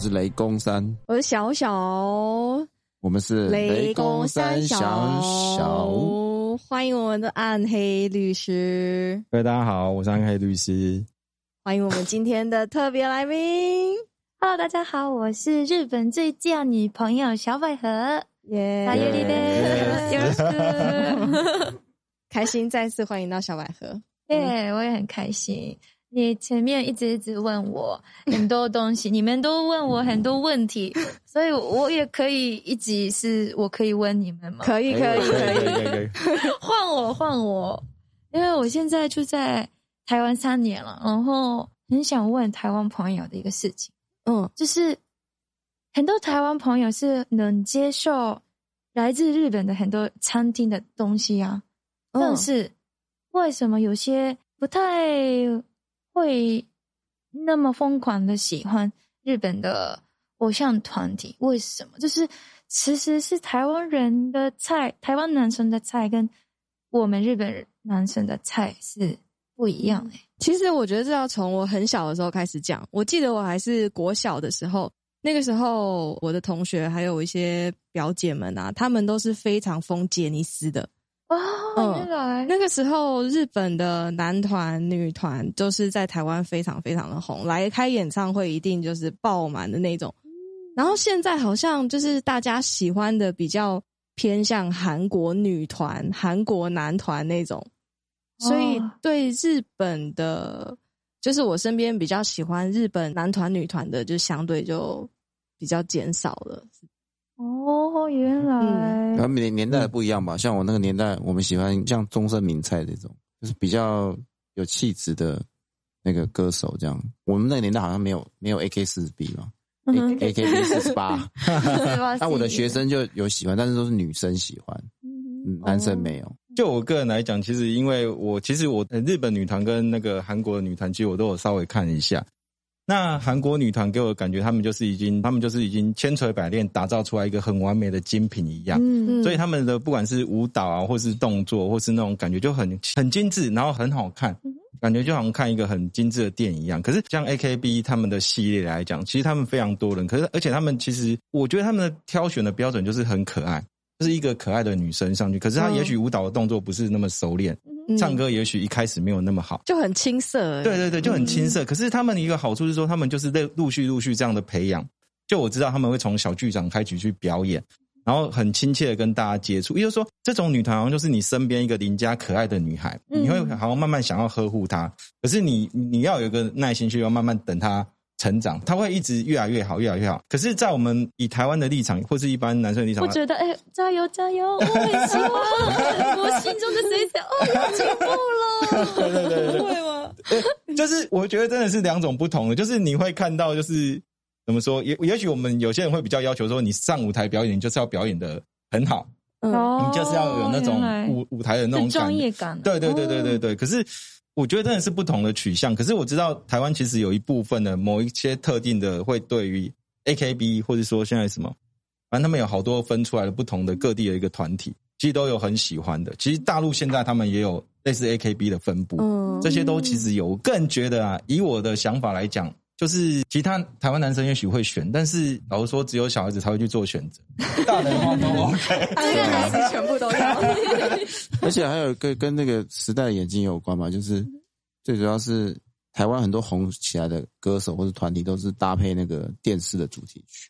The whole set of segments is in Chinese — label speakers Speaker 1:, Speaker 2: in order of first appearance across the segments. Speaker 1: 是雷公山，
Speaker 2: 我是小小
Speaker 1: 我们是
Speaker 2: 公小
Speaker 1: 小小。
Speaker 2: 欢迎我们的暗黑律师，
Speaker 3: 各位大家好，我是暗黑律师。
Speaker 2: 欢迎我们今天的特别来宾，
Speaker 4: Hello，大家好，我是日本最佳女朋友小百合。
Speaker 2: 耶、
Speaker 4: 大家 で
Speaker 3: 耶
Speaker 4: すよろしく。
Speaker 2: 开心再次欢迎到小百合，
Speaker 4: 耶、我也很开心。你前面一直一直问我很多东西，你们都问我很多问题，所以我也可以一集是我可以问你们吗？
Speaker 2: 可以哎
Speaker 1: 哎
Speaker 2: 可以可以，
Speaker 3: 以可以，
Speaker 4: 换我换我，因为我现在就在台湾三年了，然后很想问台湾朋友的一个事情。
Speaker 2: 嗯，
Speaker 4: 就是很多台湾朋友是能接受来自日本的很多餐厅的东西啊，
Speaker 2: 嗯
Speaker 4: 但是为什么有些不太会那么疯狂的喜欢日本的偶像团体？为什么？就是其实是台湾人的菜，台湾男生的菜跟我们日本男生的菜是不一样的、
Speaker 2: 其实我觉得这要从我很小的时候开始讲。我记得我还是国小的时候，那个时候我的同学还有一些表姐们啊，她们都是非常疯杰尼斯的。
Speaker 4: 哦，原来、
Speaker 2: 那个时候，日本的男团、女团都是在台湾非常非常的红，来开演唱会一定就是爆满的那种。然后现在好像就是大家喜欢的比较偏向韩国女团、韩国男团那种，所以
Speaker 4: 哦
Speaker 2: 对日本的，就是我身边比较喜欢日本男团、女团的，就相对就比较减少了。
Speaker 4: 哦，原来。
Speaker 2: 嗯
Speaker 1: 然后年年代不一样吧，像我那个年代，我们喜欢像中森明菜这种，就是比较有气质的那个歌手这样。我们那个年代好像没有没有 AK 四十 B 嘛
Speaker 4: 嗯
Speaker 1: ，A K B 四十 八。
Speaker 4: 哇
Speaker 1: 那我的学，
Speaker 4: 是
Speaker 1: 生就有喜欢，但是都是女生喜欢，嗯，男生没有。
Speaker 3: 就我个人来讲，其实因为我其实我呃日本女团跟那个韩国的女团，其实我都有稍微看一下。那韩国女团给我的感觉，她们就是已经，她们就是已经千锤百炼，打造出来一个很完美的精品一样。
Speaker 4: 嗯，
Speaker 3: 所以他们的不管是舞蹈啊，或是动作，或是那种感觉就很很精致，然后很好看，
Speaker 2: 嗯
Speaker 3: 感觉就好像看一个很精致的电影一样。可是像 A K B 他们的系列来讲，其实他们非常多人，可是而且他们其实我觉得他们的挑选的标准就是很可爱，就是一个可爱的女生上去，可是她
Speaker 2: 嗯
Speaker 3: 也许舞蹈的动作不是那么熟练，
Speaker 2: 嗯
Speaker 3: 唱歌也许一开始没有那么好。
Speaker 2: 就很青涩、欸，
Speaker 3: 对对对，就很青涩。可是他们一个好处是说，他们就是陆陆续陆续这样的培养。就我知道他们会从小剧场开始去表演，然后很亲切的跟大家接触。也就是说，这种女团好像就是你身边一个邻家可爱的女孩，
Speaker 4: 嗯
Speaker 3: 你会好像慢慢想要呵护她。可是你你要有一个耐心去要慢慢等她。成长，她会一直越来越好，越来越好。可是，在我们以台湾的立场，或是一般男生的立场
Speaker 4: 我
Speaker 3: 来，
Speaker 4: 觉得哎、加油加 油，我很喜欢，我心中的谁谁哦，我进步了。
Speaker 3: 对对对对对，
Speaker 2: 会吗？
Speaker 3: 就是我觉得真的是两种不同的，就是你会看到，就是怎么说，也也许我们有些人会比较要求说，你上舞台表演，你就是要表演的很好，
Speaker 4: 哦
Speaker 2: 嗯，
Speaker 3: 你就是要有那种舞舞台的那种
Speaker 4: 是专
Speaker 3: 感觉。
Speaker 4: 业哦感、啊
Speaker 3: 对对对对对对。可是我觉得真的是不同的取向。可是我知道台湾其实有一部分的某一些特定的会对于 AKB 或者说现在什么，反正他们有好多分出来的不同的各地的一个团体，其实都有很喜欢的。其实大陆现在他们也有类似 AKB 的分布。
Speaker 2: 嗯
Speaker 3: 这些都其实有。我个人觉得啊，以我的想法来讲，就是其他台湾男生也许会选，但是老实说，只有小孩子才会去做选择，大人的话都 OK。
Speaker 2: 这个孩子全部都要。
Speaker 1: 而且还有一个跟那个时代眼镜有关嘛，就是最主要是台湾很多红起来的歌手或者团体都是搭配那个电视的主题曲，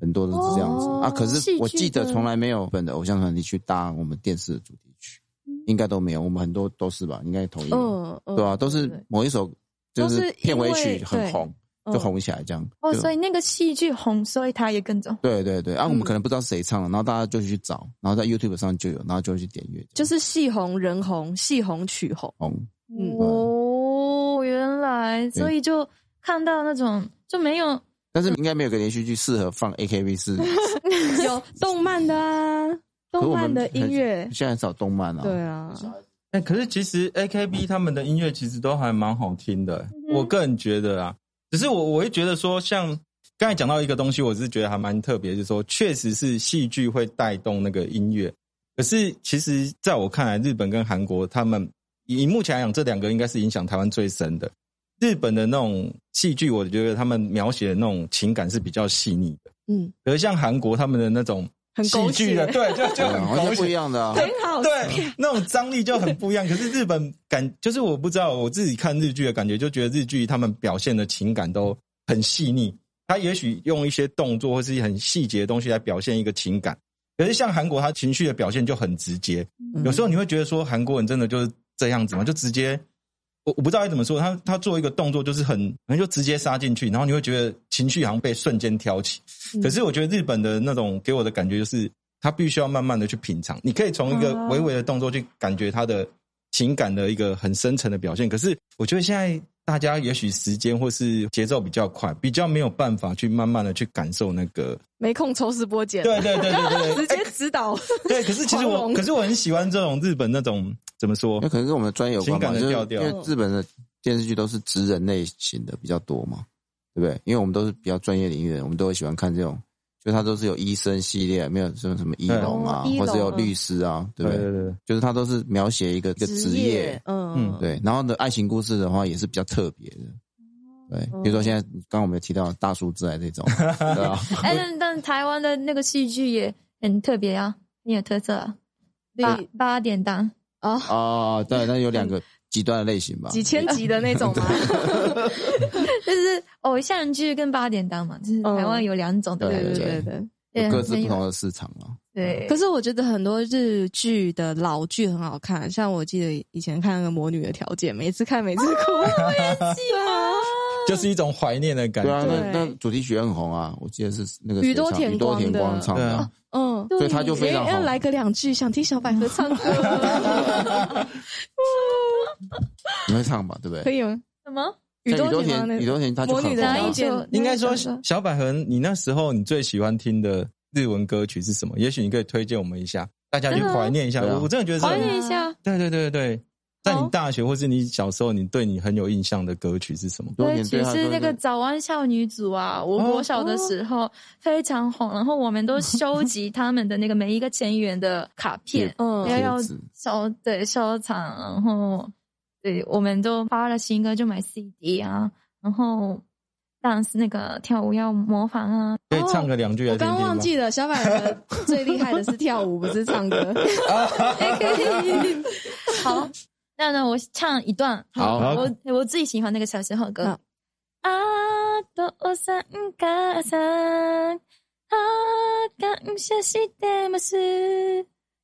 Speaker 1: 很多都是这样子、
Speaker 4: 哦
Speaker 1: 啊。可是我记得
Speaker 4: 戏剧的
Speaker 1: 从来没有本的偶像团体去搭我们电视的主题曲，应该都没有。我们很多都是吧，应该同意吧，
Speaker 2: 嗯，嗯
Speaker 1: 对吧、都是
Speaker 2: 对
Speaker 1: 某一首就
Speaker 2: 都是
Speaker 1: 是片尾
Speaker 2: 因为
Speaker 1: 曲很
Speaker 2: 对
Speaker 1: 红，
Speaker 2: 嗯
Speaker 1: 就红起来这样。
Speaker 4: 哦，
Speaker 1: 就
Speaker 4: 所以那个戏剧红，所以他也跟着。
Speaker 1: 对对对，啊，我
Speaker 2: 嗯
Speaker 1: 们可能不知道谁唱了，然后大家就去找，然后在 YouTube 上就有，然后就会去点阅，
Speaker 2: 就是戏红人红，戏红曲 红。
Speaker 1: 红。
Speaker 2: 嗯
Speaker 4: 哦，原来，所以就看到那种就没 有
Speaker 1: 但是应该没有个连续剧适合放 AKB 四，
Speaker 2: 有动漫的啊， 动漫的音乐，
Speaker 1: 现在很少动漫啊。
Speaker 2: 对，啊，
Speaker 3: 哎、可是其实 AKB 他们的音乐其实都还蛮好听的、
Speaker 2: 嗯
Speaker 4: 哼
Speaker 3: 我个人觉得啊，只是我我会觉得说，像刚才讲到一个东西，我是觉得还蛮特别，就是说确实是戏剧会带动那个音乐，可是其实在我看来，日本跟韩国他们以以目前来讲，这两个应该是影响台湾最深的。日本的那种戏剧，我觉得他们描写的那种情感是比较细腻的，
Speaker 2: 嗯，
Speaker 3: 可是像韩国他们的那种
Speaker 2: 很狗
Speaker 3: 戏剧的，
Speaker 2: 血
Speaker 3: 对，就就
Speaker 1: 啊
Speaker 3: 很
Speaker 1: 完
Speaker 3: 狗
Speaker 1: 全不一
Speaker 3: 血。
Speaker 1: 样的啊。
Speaker 2: 很好，
Speaker 3: 对，那种张力就很不一样。可是日本感，就是我不知道我自己看日剧的感觉，就觉得日剧他们表现的情感都很细腻。他也许用一些动作或是很细节的东西来表现一个情感，可是像韩国，他情绪的表现就很直接，
Speaker 2: 嗯
Speaker 3: 有时候你会觉得说韩国人真的就是这样子吗？就直接，我我不知道该怎么说，他他做一个动作就是很，可能就直接杀进去，然后你会觉得情绪好像被瞬间挑起。
Speaker 2: 嗯
Speaker 3: 可是我觉得日本的那种给我的感觉就是，他必须要慢慢的去品尝，你可以从一个
Speaker 4: 哦
Speaker 3: 微微的动作去感觉他的情感的一个很深层的表现。可是我觉得现在。大家也许时间或是节奏比较快，比较没有办法去慢慢的去感受那个。
Speaker 2: 没空抽丝剥茧，
Speaker 3: 对对对对对，
Speaker 2: 直接指导，
Speaker 3: 对，可是其实
Speaker 2: 黄
Speaker 3: 我，
Speaker 2: 龙
Speaker 3: 可是我很喜欢这种日本那种怎么说
Speaker 1: 那？可能跟我们的专业有关
Speaker 3: 情
Speaker 1: 吧，
Speaker 3: 感的
Speaker 1: 就是
Speaker 3: 调调
Speaker 1: 因为日本的电视剧都是职人类型的比较多嘛，对不对？因为我们都是比较专业领域的人，我们都会喜欢看这种，就它都是有医生系列，没有什么什么医龙啊
Speaker 2: 哦，医
Speaker 1: 或
Speaker 2: 龙
Speaker 1: 者有律师啊，对不对？
Speaker 3: 对，
Speaker 1: 就是它都是描写一个一个职业，，
Speaker 2: 嗯，
Speaker 1: 对。然后呢，爱情故事的话也是比较特别的，对。比如说现在刚刚我们有提到大叔之爱这 种，对吧？
Speaker 4: 哎，但但台湾的那个戏剧也很特别啊，很有特色啊。八
Speaker 2: 对
Speaker 4: 八点档，
Speaker 2: 啊，
Speaker 1: 哦，对，那有两个极端的类型吧，
Speaker 2: 几千集的那种啊吗？
Speaker 4: 就是偶像剧跟八点档嘛，就是
Speaker 3: 嗯
Speaker 4: 台湾有两种 的
Speaker 1: 对
Speaker 4: 感
Speaker 2: 对
Speaker 4: 觉
Speaker 2: 对
Speaker 1: 对对
Speaker 2: 对对。
Speaker 1: 有
Speaker 4: 对
Speaker 1: 各自
Speaker 4: 很
Speaker 1: 不
Speaker 4: 嗯有
Speaker 1: 同的市场啊。
Speaker 4: 对，
Speaker 2: 可
Speaker 4: 是
Speaker 2: 是我觉得很多日剧的老剧很好看，像我记得以前看那个《魔女的条件》，每次看每次哭。 我也喜
Speaker 3: 啊
Speaker 2: 欢。
Speaker 3: 就是一种怀念的感
Speaker 1: 对啊，
Speaker 3: 觉。
Speaker 1: 那那主题曲也很红啊，我记得是那个
Speaker 2: 宇
Speaker 1: 谁
Speaker 2: 多
Speaker 1: 唱
Speaker 2: 田
Speaker 1: 宇多
Speaker 2: 光
Speaker 1: 田
Speaker 2: 的
Speaker 1: 光唱
Speaker 3: 对
Speaker 1: 的
Speaker 3: 啊，
Speaker 2: 嗯，
Speaker 1: 所以他就非
Speaker 2: 哎
Speaker 1: 常
Speaker 2: 要
Speaker 1: 红。
Speaker 2: 来个两句，想听小百合唱歌，
Speaker 1: 你会唱吧？对不对？
Speaker 2: 可以吗？
Speaker 4: 什么？
Speaker 2: 宇
Speaker 1: 像宇
Speaker 2: 多
Speaker 1: 多
Speaker 2: 田光
Speaker 1: 田
Speaker 2: 那
Speaker 1: 宇多田他就
Speaker 2: 魔
Speaker 1: 很
Speaker 2: 女
Speaker 1: 红
Speaker 2: 的
Speaker 1: 啊
Speaker 2: 一见，
Speaker 3: 应该说
Speaker 4: 是
Speaker 3: 小百合，你那时候你最喜欢听的日文歌曲是什么？也许你可以推荐我们一下，大家去怀念一下。
Speaker 1: 真的吗
Speaker 3: 我我真的觉得
Speaker 4: 怀
Speaker 3: 是，
Speaker 4: 念一下，
Speaker 3: 对对对对对，在
Speaker 4: 好
Speaker 3: 你大学或是你小时候，你对你很有印象的歌曲是什么？
Speaker 1: 宇多
Speaker 4: 对，
Speaker 1: 田
Speaker 4: 其
Speaker 1: 对他
Speaker 4: 实
Speaker 1: 说
Speaker 4: 那个
Speaker 1: 是
Speaker 4: 早安少女组啊，我
Speaker 3: 哦
Speaker 4: 国小的时候非常红，然后我们都收集他们的那个每一个成员的卡片
Speaker 2: 嗯
Speaker 4: 然后要
Speaker 1: 贴纸
Speaker 4: 收对收藏，然后对我们都发了新歌就买 CD 啊，然后 dance 那个跳舞要模仿啊，
Speaker 3: 可以唱个两句
Speaker 2: 我
Speaker 3: 来听
Speaker 2: 刚
Speaker 3: 听
Speaker 2: 忘
Speaker 3: 吗？
Speaker 2: 记了，小百合最厉害的是跳舞，不是唱 歌。
Speaker 4: 好，那呢，我唱一段。
Speaker 1: 好
Speaker 4: 我哎我最喜欢那个小时候歌
Speaker 2: 好。
Speaker 4: 啊，父さん母さん，啊，感謝してます。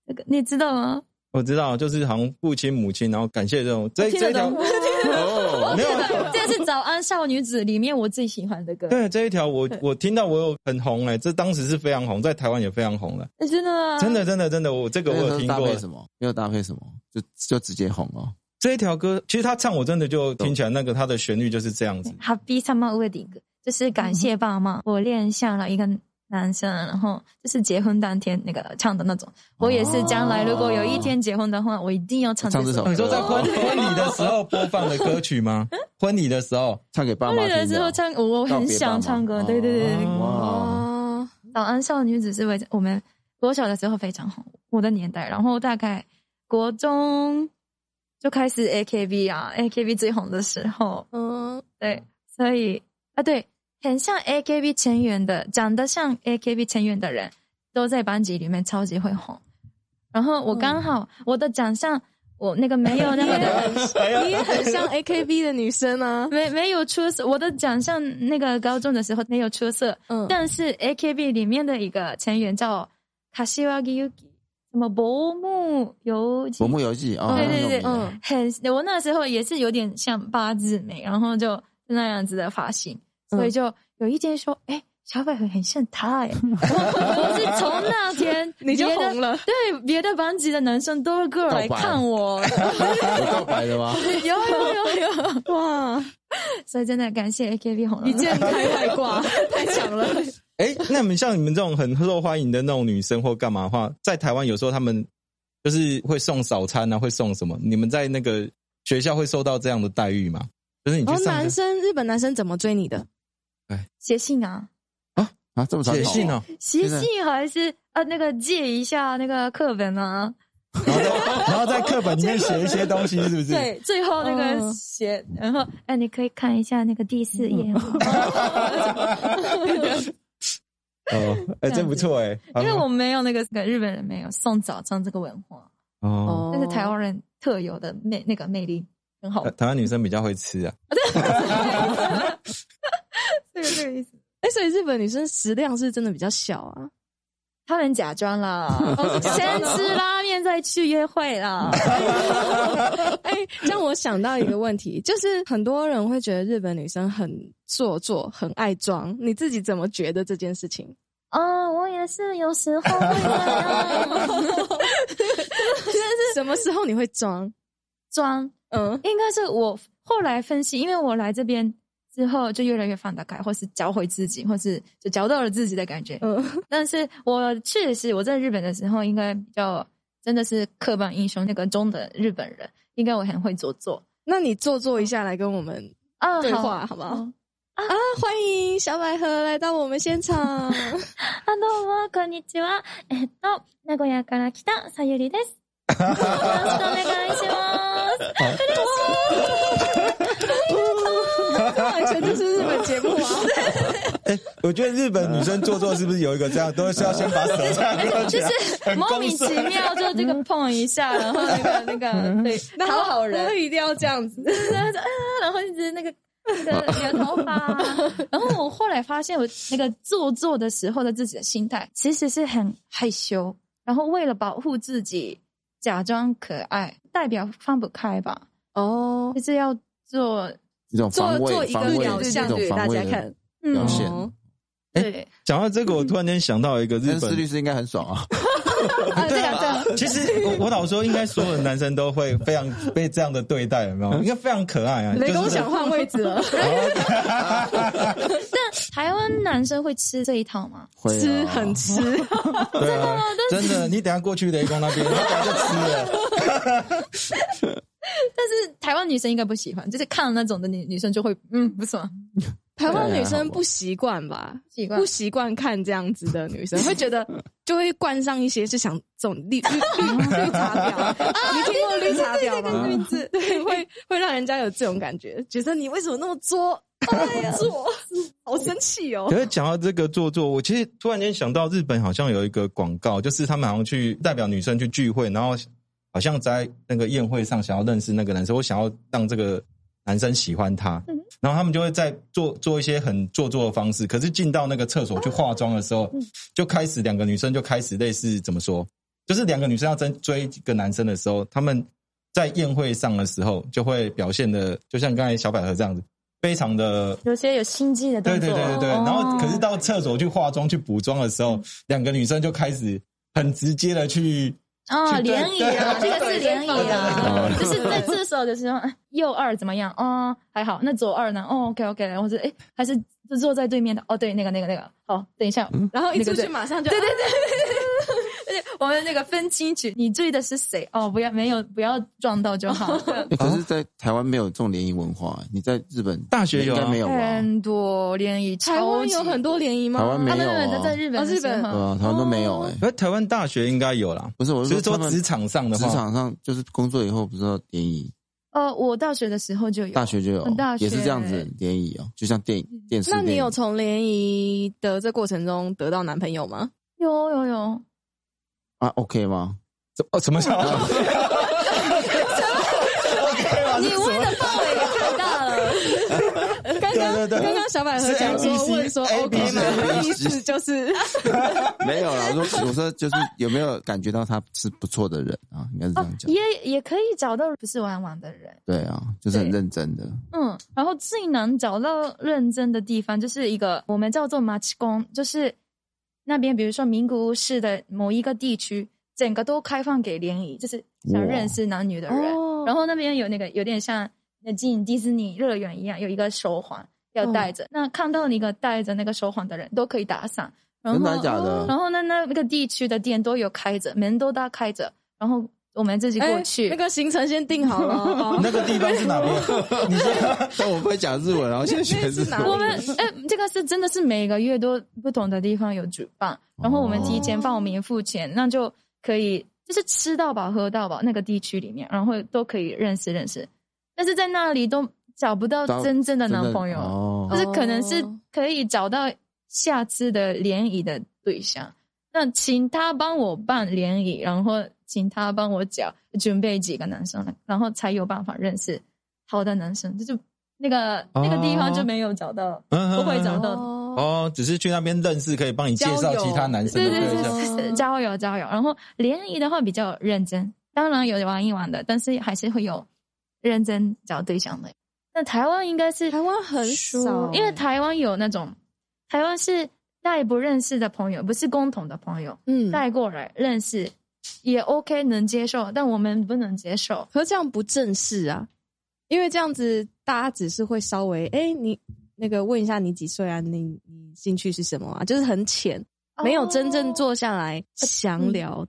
Speaker 4: 这个你知道吗？
Speaker 3: 我知道，就是好像父亲母亲，然后感谢这种这
Speaker 2: 听
Speaker 3: 这
Speaker 2: 得
Speaker 3: 一条
Speaker 2: 懂
Speaker 1: 哦，
Speaker 3: 没有。
Speaker 4: 这是《早安少女子》里面我最喜欢的歌。
Speaker 3: 对这一条我，我听到我有很红哎、这当时是非常红，在台湾也非常红了，
Speaker 4: 哎真的吗？
Speaker 3: 真的真的真的，我这个
Speaker 1: 那
Speaker 3: 我
Speaker 1: 个时
Speaker 3: 有
Speaker 1: 候
Speaker 3: 听
Speaker 1: 搭
Speaker 3: 过
Speaker 1: 配，什么？没有搭配什么，就就直接红哦。
Speaker 3: 这一条歌，其实他唱我真的就听起来那个他的旋律就是这样子，
Speaker 4: Happy Summer Wedding，就是感谢爸妈，我恋上了一个男生，然后就是结婚当天那个唱的那种。我也是将来如果有一天结婚的话，我一定要唱
Speaker 1: 唱
Speaker 4: 这
Speaker 1: 这首
Speaker 4: 首
Speaker 3: 哦
Speaker 1: 歌，
Speaker 3: 你说在婚婚礼的时候播放的歌曲吗？婚礼的时候，
Speaker 1: 唱给爸妈
Speaker 4: 那
Speaker 1: 听啊
Speaker 4: 的时候唱，我我很想唱歌，对对对。
Speaker 3: 哦
Speaker 1: 哇，
Speaker 2: 哦，
Speaker 4: 早安少女只是为我们国小的时候非常红，我的年代，然后大概国中就开始 AKB 啊，AKB 最红的时候，
Speaker 2: 嗯，
Speaker 4: 对，所以啊对，很像 AKB 成员的，长得像 AKB 成员的人，都在班级里面超级会红。然后我刚好、我的长相，我那个没有那么的。
Speaker 2: 嗯你也很像 AKB 的女生啊。
Speaker 4: 没没有出色，我的长相那个高中的时候没有出色，
Speaker 2: 嗯，
Speaker 4: 但是 AKB 里面的一个成员叫卡西瓦吉 Yuki，什么薄暮游记
Speaker 1: 《薄，暮游记》啊，
Speaker 4: 对对
Speaker 1: 很
Speaker 4: 对
Speaker 1: 有名
Speaker 2: 嗯
Speaker 4: 很我那时候也是有点像八字眉，然后就那样子的发型，
Speaker 2: 嗯
Speaker 4: 所以就有一天说，哎、小百合很像他 哎、我是从那天
Speaker 2: 你就
Speaker 4: 别的
Speaker 2: 红了
Speaker 4: 对，别的班级的男生都过来
Speaker 1: 告白
Speaker 4: 看 我，
Speaker 1: 有告白的吗？
Speaker 4: 有有有有，
Speaker 2: 哇，
Speaker 4: 所以真的感谢 AKB 红了，
Speaker 2: 一见开外挂， 太强了。
Speaker 3: 哎，那你们像你们这种很受欢迎的那种女生或干嘛的话，在台湾有时候他们就是会送早餐啊，会送什么？你们在那个学校会受到这样的待遇吗？就是你去
Speaker 2: 然
Speaker 4: 哦
Speaker 2: 后
Speaker 3: 上
Speaker 2: 哦男
Speaker 3: 课
Speaker 2: 生，日本男生怎么追你的？
Speaker 4: 写信啊。
Speaker 1: 啊，这么长
Speaker 3: 写信
Speaker 1: 哦，
Speaker 3: 哦，
Speaker 4: 呃写信还是啊，那个借一下那个课本啊，
Speaker 3: 然后在然后在课本里面写一些东西，是不是？
Speaker 4: 对，最后那个
Speaker 2: 嗯
Speaker 4: 写，然后哎，你可以看一下那个第四 页，
Speaker 3: 哦，哎、真不错哎、
Speaker 4: 因为我们没有那个日本人没有送早餐这个文化，
Speaker 3: 哦，
Speaker 4: 但是台湾人特有的魅那个魅力很好
Speaker 3: 台，台湾女生比较会吃啊，
Speaker 4: 这个这个意思。
Speaker 2: 哎、所以日本女生食量是真的比较小啊。
Speaker 4: 他们假装啦，哦先吃拉面再去约会啦。
Speaker 2: 哎、让我想到一个问题，就是很多人会觉得日本女生很做作、很爱装，你自己怎么觉得这件事情？
Speaker 4: 啊，我也是有时候会这样
Speaker 2: 什么时候你会装？
Speaker 4: 装，
Speaker 2: 嗯，
Speaker 4: 应该是我后来分析，因为我来这边之后就越来越放得开，或是找回自己，或是就找到了自己的感觉。
Speaker 2: 嗯，
Speaker 4: 但是我确实我在日本的时候，应该比较真的是刻板印象那个中的日本人，应该我很会做作
Speaker 2: 那你做作一下来跟我们
Speaker 4: 啊，
Speaker 2: 对话
Speaker 4: 好
Speaker 2: 好不好啊，欢迎小百合来到我们现场。
Speaker 4: あどうもこんにちは。えっと名古屋から来たさゆりです。よろしくお願いします。
Speaker 2: 完全就是日本节目啊！
Speaker 3: 我觉得日本女生做作是不是有一个这样，都是要先把手这样弄起来，很
Speaker 4: 莫
Speaker 3: 公
Speaker 4: 名其
Speaker 3: 式。
Speaker 4: 妙就这个碰一下，然后那个那个对讨好人，
Speaker 2: 一定要这样子。
Speaker 4: 然后一直 那个那个留头发。啊 然后我后来发现，我那个做作的时候的自己的心态，其实是很害羞，然后为了保护自己，假装可爱，代表放不开吧，
Speaker 2: 哦，
Speaker 4: 就是要做
Speaker 1: 一种防
Speaker 2: 做做
Speaker 1: 卫，
Speaker 2: 一
Speaker 1: 防
Speaker 2: 个
Speaker 1: 卫
Speaker 2: 表
Speaker 1: 的一
Speaker 2: 象
Speaker 1: 种
Speaker 2: 给
Speaker 1: 防
Speaker 2: 大
Speaker 1: 卫
Speaker 2: 家
Speaker 1: 的
Speaker 2: 看。
Speaker 4: 嗯
Speaker 1: 表现
Speaker 2: 哦
Speaker 4: 对。
Speaker 3: 讲到这个，我突然间想到一个日
Speaker 1: 但是
Speaker 3: 本
Speaker 1: 思律师应该很爽啊，
Speaker 4: 啊，对啊，对啊，
Speaker 3: 其实我我老实说，应该所有的男生都会非常被这样的对待，有 没有？应该非常可爱啊。
Speaker 2: 雷
Speaker 3: 就
Speaker 2: 公
Speaker 3: 是哦
Speaker 2: 想换位置了，
Speaker 4: 台湾男生会吃这一套吗？
Speaker 1: 会啊
Speaker 2: 吃很吃，
Speaker 3: 对啊， 真的，你等一下过去雷公那边，他等一下就吃了。
Speaker 4: 但是台湾女生应该不喜欢，就是看了那种的女女生就会，嗯，不爽，
Speaker 2: 台湾女生不习惯吧？
Speaker 4: 习惯
Speaker 2: 不。习惯看这样子的女生，会觉得就会冠上一些是想这种绿绿绿绿茶婊啊，你听过绿茶婊吗？
Speaker 4: 对
Speaker 2: 对对，会会让人家有这种感觉，觉得你为什么那么作？哎呀，作，好生气哦
Speaker 3: 可！是讲到这个做作，我其实突然间想到，日本好像有一个广告，就是他们好像去代表女生去聚会，然后好像在那个宴会上想要认识那个男生，我想要让这个男生喜欢他，然后他们就会在做做一些很做作的方式。可是进到那个厕所去化妆的时候，就开始两个女生就开始类似怎么说，就是两个女生要争追一个男生的时候，他们在宴会上的时候就会表现的，就像刚才小百合这样子，非常的
Speaker 4: 有些有心机的动
Speaker 3: 对
Speaker 4: 作，
Speaker 3: 对对对对，
Speaker 4: 哦
Speaker 3: 然后可是到厕所去化妆去补妆的时候，两个女生就开始很直接的去，
Speaker 4: 哦，
Speaker 3: 去对
Speaker 4: 联谊啊，这
Speaker 3: 对
Speaker 4: 个是联谊啊，
Speaker 1: 哦
Speaker 4: 就是在厕所的时候，哎右二怎么样？哦，还好。那左二呢？哦，OK OK，然后是哎，还是就坐在对面的。哦，对，那个那个那个，好，等一下。
Speaker 1: 嗯
Speaker 2: 然后一出
Speaker 4: 对对
Speaker 2: 去
Speaker 4: 对
Speaker 2: 马上就对对
Speaker 4: 而且 我们那个分清楚，你追的是谁？哦，不要没有，不要撞到就好。
Speaker 1: 欸可是，在台湾没有这种联谊文化，你在日本
Speaker 3: 大学有啊
Speaker 1: 应该 没有吧？
Speaker 4: 很多联谊，
Speaker 2: 台湾有很
Speaker 4: 多。
Speaker 2: 多联谊吗？
Speaker 1: 台湾没
Speaker 4: 啊，没
Speaker 1: 有
Speaker 4: 有，没有在日本
Speaker 2: 哦
Speaker 4: 的时候，
Speaker 2: 日本
Speaker 1: 对啊，台湾都没有哎、
Speaker 3: 而台湾大学应该有啦，
Speaker 1: 不是，我
Speaker 3: 只
Speaker 1: 是
Speaker 3: 是哦说
Speaker 1: 他们
Speaker 3: 职场上的
Speaker 1: 职
Speaker 3: 话，
Speaker 1: 场上就是工作以后不是要联谊，
Speaker 4: 呃，我大学的时候就有。
Speaker 1: 大学就有
Speaker 4: 嗯，大学
Speaker 1: 也是这样子联谊哦，就像电影电视。
Speaker 2: 那你
Speaker 1: 电影
Speaker 2: 有从联谊的这过程中得到男朋友吗？
Speaker 4: 有有有，
Speaker 1: 啊？OK 吗？
Speaker 3: 怎哦什么叫 ？OK
Speaker 4: 你
Speaker 3: 吧，是什么
Speaker 4: 问的范围也太大了。
Speaker 2: 刚刚
Speaker 3: 对对对
Speaker 2: 刚刚小百合
Speaker 3: 是
Speaker 2: 讲
Speaker 3: ABC
Speaker 2: 说问说
Speaker 3: ABC
Speaker 2: OK 吗？意思就是
Speaker 1: 没有啦，我说我说就是有没有感觉到他是不错的人啊？应该 是这
Speaker 4: 哦
Speaker 1: 样，讲。
Speaker 4: 也也可以找到不是玩玩的人，
Speaker 1: 对啊，就是很
Speaker 4: 对
Speaker 1: 认真的。
Speaker 4: 嗯，然后最难找到认真的地方就是一个我们叫做马奇宫，就是那边比如说名古屋市的某一个地区，整个都开放给联谊，就是想
Speaker 1: 哇
Speaker 4: 认识男女的人。
Speaker 2: 哦
Speaker 4: 然后那边有那个有点像那进迪士尼乐园一样，有一个手环要
Speaker 2: 嗯
Speaker 4: 戴着，那看到那个戴着那个手环的人都可以打赏。然
Speaker 1: 真
Speaker 4: 后
Speaker 1: 的假
Speaker 2: 哦
Speaker 1: 的
Speaker 4: 然后呢，那那个地区的店都有开着，门都大开着，然后我们自己过
Speaker 2: 哎
Speaker 4: 去。
Speaker 2: 那个行程先定好 了哦。
Speaker 3: 那个地方是哪边？你说
Speaker 1: 但我不会讲日文，然后现在学日
Speaker 2: 那是哪里
Speaker 4: 我们哎、这个是真的是每个月都不同的地方有举办，然后我们提前报名付钱，那就可以就是吃到饱、喝到饱那个地区里面，然后都可以认识认识，但是在那里都找不到
Speaker 1: 到
Speaker 4: 真正的
Speaker 1: 真
Speaker 4: 男朋友，
Speaker 1: 哦
Speaker 4: 就是可能是
Speaker 2: 哦
Speaker 4: 可以找到下次的联谊的对象。那请他帮我办联谊，然后请他帮我找准备几个男生，然后才有办法认识好的男生。这就那个、那个地方就没有找到，
Speaker 3: 嗯
Speaker 4: 不会找到
Speaker 2: 哦
Speaker 3: 哦，只是去那边认识，可以帮你介绍其他男生
Speaker 4: 对
Speaker 3: 的
Speaker 4: 对
Speaker 3: 对
Speaker 4: 对
Speaker 3: 象。
Speaker 4: 对对，交友交友。然后联谊的话比较认真，当然有玩一玩的，但是还是会有认真找对象的。那台湾应该是
Speaker 2: 台湾很
Speaker 4: 说
Speaker 2: 少，
Speaker 4: 因为台湾有那种，台湾是带不认识的朋友，不是共同的朋友
Speaker 2: 嗯，
Speaker 4: 带过来认识，也 OK 能接受，但我们不能接受。
Speaker 2: 可是这样不正式啊，因为这样子大家只是会稍微哎、你那个问一下你几岁啊，你你兴趣是什么啊，就是很浅，
Speaker 4: 哦
Speaker 2: 没有真正坐下来详聊。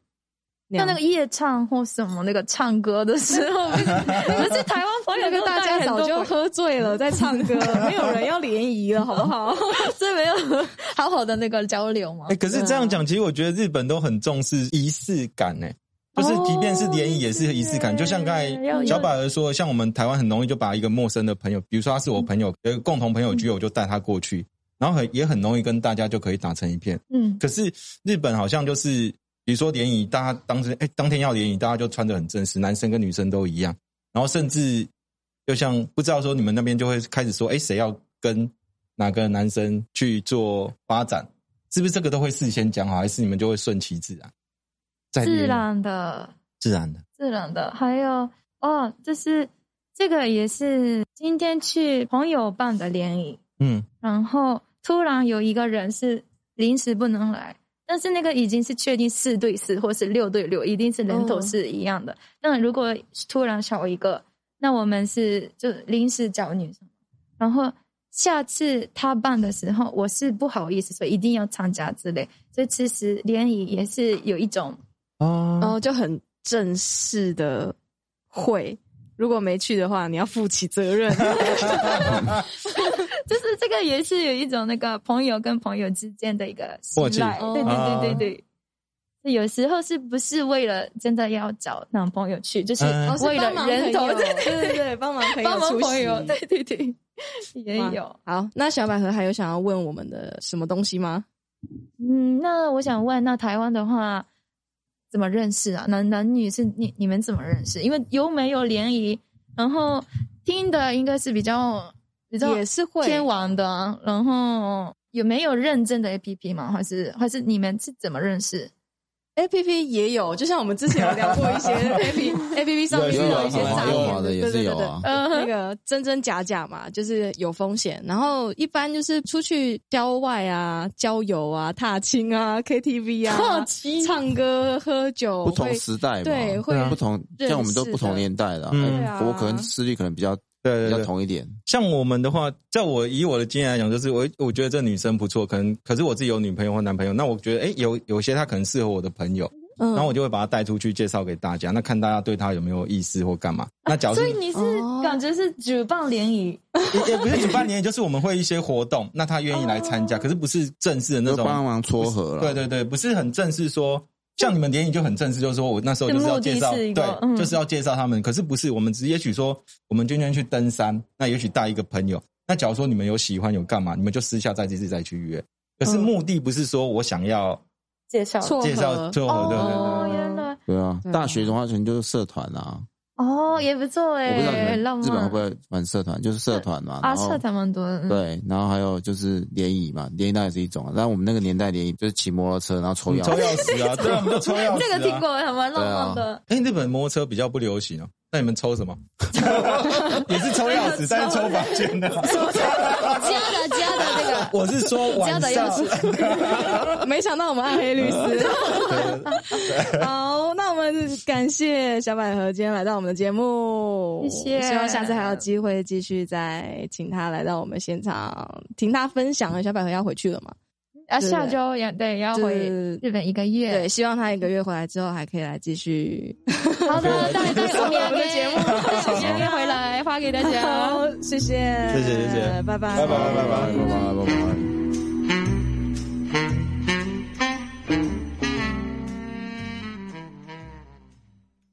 Speaker 4: 像嗯那个夜唱或什么那个唱歌的时 候，不是台湾朋友
Speaker 2: 那个
Speaker 4: 都
Speaker 2: 大
Speaker 4: 带
Speaker 2: 家
Speaker 4: 很多
Speaker 2: 早就喝醉了，在唱 歌，没有人要联谊了，好不好？
Speaker 4: 这没有好好的那个交流吗
Speaker 3: 哎、？可是这样
Speaker 4: 嗯
Speaker 3: 讲，其实我觉得日本都很重视仪式感呢、就是即便是联谊也是仪式感，
Speaker 4: 哦
Speaker 3: 就像刚
Speaker 4: 要
Speaker 3: 才小百儿说，像我们台湾很容易就把一个陌生的朋友，比如说他是我朋友，呃，共同朋友局，
Speaker 4: 嗯
Speaker 3: 我就带他过去，然后很也很容易跟大家就可以打成一片。
Speaker 4: 嗯，
Speaker 3: 可是日本好像就是，比如说联谊，大家当时哎、当天要联谊，大家就穿得很正式，男生跟女生都一样，然后甚至就像不知道说你们那边就会开始说，哎、谁要跟哪个男生去做发展，是不是这个都会事先讲好，还是你们就会顺其自然？在
Speaker 4: 自然的。
Speaker 3: 自然的，
Speaker 4: 自然的。还有哦，就是这个也是今天去朋友办的联谊，
Speaker 3: 嗯，
Speaker 4: 然后突然有一个人是临时不能来，但是那个已经是确定四对四或是六对六，一定是人头是一样的。那、如果突然少一个，那我们是就临时找女生，然后。下次他办的时候，我是不好意思说一定要参加之类，所以其实联谊也是有一种
Speaker 2: 然后
Speaker 3: 哦，
Speaker 2: 就很正式的会，如果没去的话，你要负起责 任。
Speaker 4: 就是这个也是有一种那个朋友跟朋友之间的一个
Speaker 3: 默契
Speaker 4: 信赖，对
Speaker 3: 哦
Speaker 4: 对对对对。有时候是不是为了真的要找男朋友去，就是
Speaker 3: 嗯
Speaker 2: 哦，是
Speaker 4: 为了
Speaker 2: 帮忙
Speaker 4: 人头
Speaker 2: 朋，友 对对对，帮忙 朋友
Speaker 4: 帮忙
Speaker 2: 出
Speaker 4: 朋
Speaker 2: 席
Speaker 4: 友，对对对，也有。
Speaker 2: 好，那小百合还有想要问我们的什么东西吗？
Speaker 4: 嗯，那我想问，那台湾的话怎么认识啊？男男女是你你们怎么认识？因为有没有联谊？然后听的应该是比较比较
Speaker 2: 也是会
Speaker 4: 先玩的啊，然后有没有认证的 APP 吗？还是还是你们是怎么认识？
Speaker 2: A 哎 P P 也有，就像我们之前有聊过一 些 A P A P P 上面 是
Speaker 1: 有
Speaker 2: 有一些
Speaker 1: 好
Speaker 2: 诈
Speaker 1: 玩有好
Speaker 2: 骗
Speaker 1: 的也
Speaker 2: 对
Speaker 1: 是
Speaker 2: 对对
Speaker 1: 有
Speaker 2: 对。
Speaker 1: 啊，
Speaker 2: 呃那个真真假假嘛，就是有风险。然后一般就是出去郊外啊、郊游啊、踏青啊、K T V 啊、
Speaker 4: 奇
Speaker 2: 唱歌、喝酒，
Speaker 1: 不同
Speaker 2: 哦会
Speaker 1: 时代嘛，
Speaker 2: 对
Speaker 3: 对啊
Speaker 2: 会
Speaker 1: 不同，
Speaker 2: 认识的
Speaker 1: 像我们都不同年代了，
Speaker 3: 嗯
Speaker 1: 哎
Speaker 2: 对啊
Speaker 1: 我可能视力可能比较
Speaker 3: 对
Speaker 1: 比
Speaker 3: 对
Speaker 1: 较
Speaker 3: 对，
Speaker 1: 同一点，
Speaker 3: 像我们的话，在我以我的经验来讲，就是我我觉得这女生不错，可能可是我自己有女朋友或男朋友，那我觉得哎、有有些她可能适合我的朋友，
Speaker 2: 嗯
Speaker 3: 然后我就会把她带出去介绍给大家，那看大家对她有没有意思或干嘛。那假如
Speaker 4: 啊所
Speaker 3: 是
Speaker 4: 以你是
Speaker 2: 哦
Speaker 4: 感觉是举办联谊，
Speaker 3: 也也不是举办年，就是我们会一些活动，那她愿意来参
Speaker 4: 哦
Speaker 3: 加，可是不是正式的那
Speaker 1: 就
Speaker 3: 种，
Speaker 1: 帮忙撮合了。
Speaker 3: 对对对，不是很正式说。像你们联谊就很正式，就是说我那时候就是要介绍，
Speaker 4: 目的是一
Speaker 3: 对
Speaker 4: 个，嗯
Speaker 3: 就是要介绍他们。可是不是我们只也许说我们今天去登山，那也许带一个朋友。那假如说你们有喜欢有干嘛，你们就私下再自己再去约。可是
Speaker 2: 嗯
Speaker 3: 目的不是说我想要
Speaker 4: 介绍
Speaker 2: 撮合
Speaker 3: 介绍撮合，对对对
Speaker 4: 哦，
Speaker 2: 对
Speaker 4: 原来
Speaker 1: 对啊
Speaker 2: 对，啊
Speaker 1: 大学的话可能就是社团啊，
Speaker 4: 哦也不错
Speaker 1: 我不知道
Speaker 4: 哎，
Speaker 1: 你
Speaker 4: 浪
Speaker 1: 们日本会
Speaker 4: 漫
Speaker 1: 不会玩社团，就是社团嘛，
Speaker 4: 啊，
Speaker 1: 然后
Speaker 4: 社团蛮多的，嗯，
Speaker 1: 对，然后还有就是联谊嘛，联谊那也是一种啊。但我们那个年代联谊就是骑摩托车，然后抽
Speaker 3: 抽
Speaker 1: 钥匙，
Speaker 3: 钥匙啊，对啊，我们就抽钥匙、啊。
Speaker 4: 这个听。过，还蛮浪漫的。
Speaker 3: 哎，日本摩托车比较不流行哦，那你们 抽什么？也是抽钥匙，但是抽房 间的。
Speaker 4: 加的加的那个，
Speaker 3: 我是说晚
Speaker 4: 加的
Speaker 3: 上
Speaker 4: 钥。匙
Speaker 2: 没想到我们暗黑律师。 好，那我们感谢小百合今天来到我们的节目，
Speaker 4: 谢谢
Speaker 2: 希望下次还有机会继续再请她来到我们现场，听她分享。小百合要回去了嘛？
Speaker 4: 啊，下周也 对，要回
Speaker 2: 就是
Speaker 4: 日本一个
Speaker 2: 对，
Speaker 4: 月。
Speaker 2: 希望她一个月回来之后还可以来继续。
Speaker 4: 好的，大家
Speaker 2: 送我 们的节目
Speaker 4: 我们要回来发给大家。
Speaker 2: 好，谢谢，
Speaker 3: 谢谢谢谢
Speaker 2: 拜拜，
Speaker 3: 拜拜拜拜
Speaker 1: 拜拜拜拜。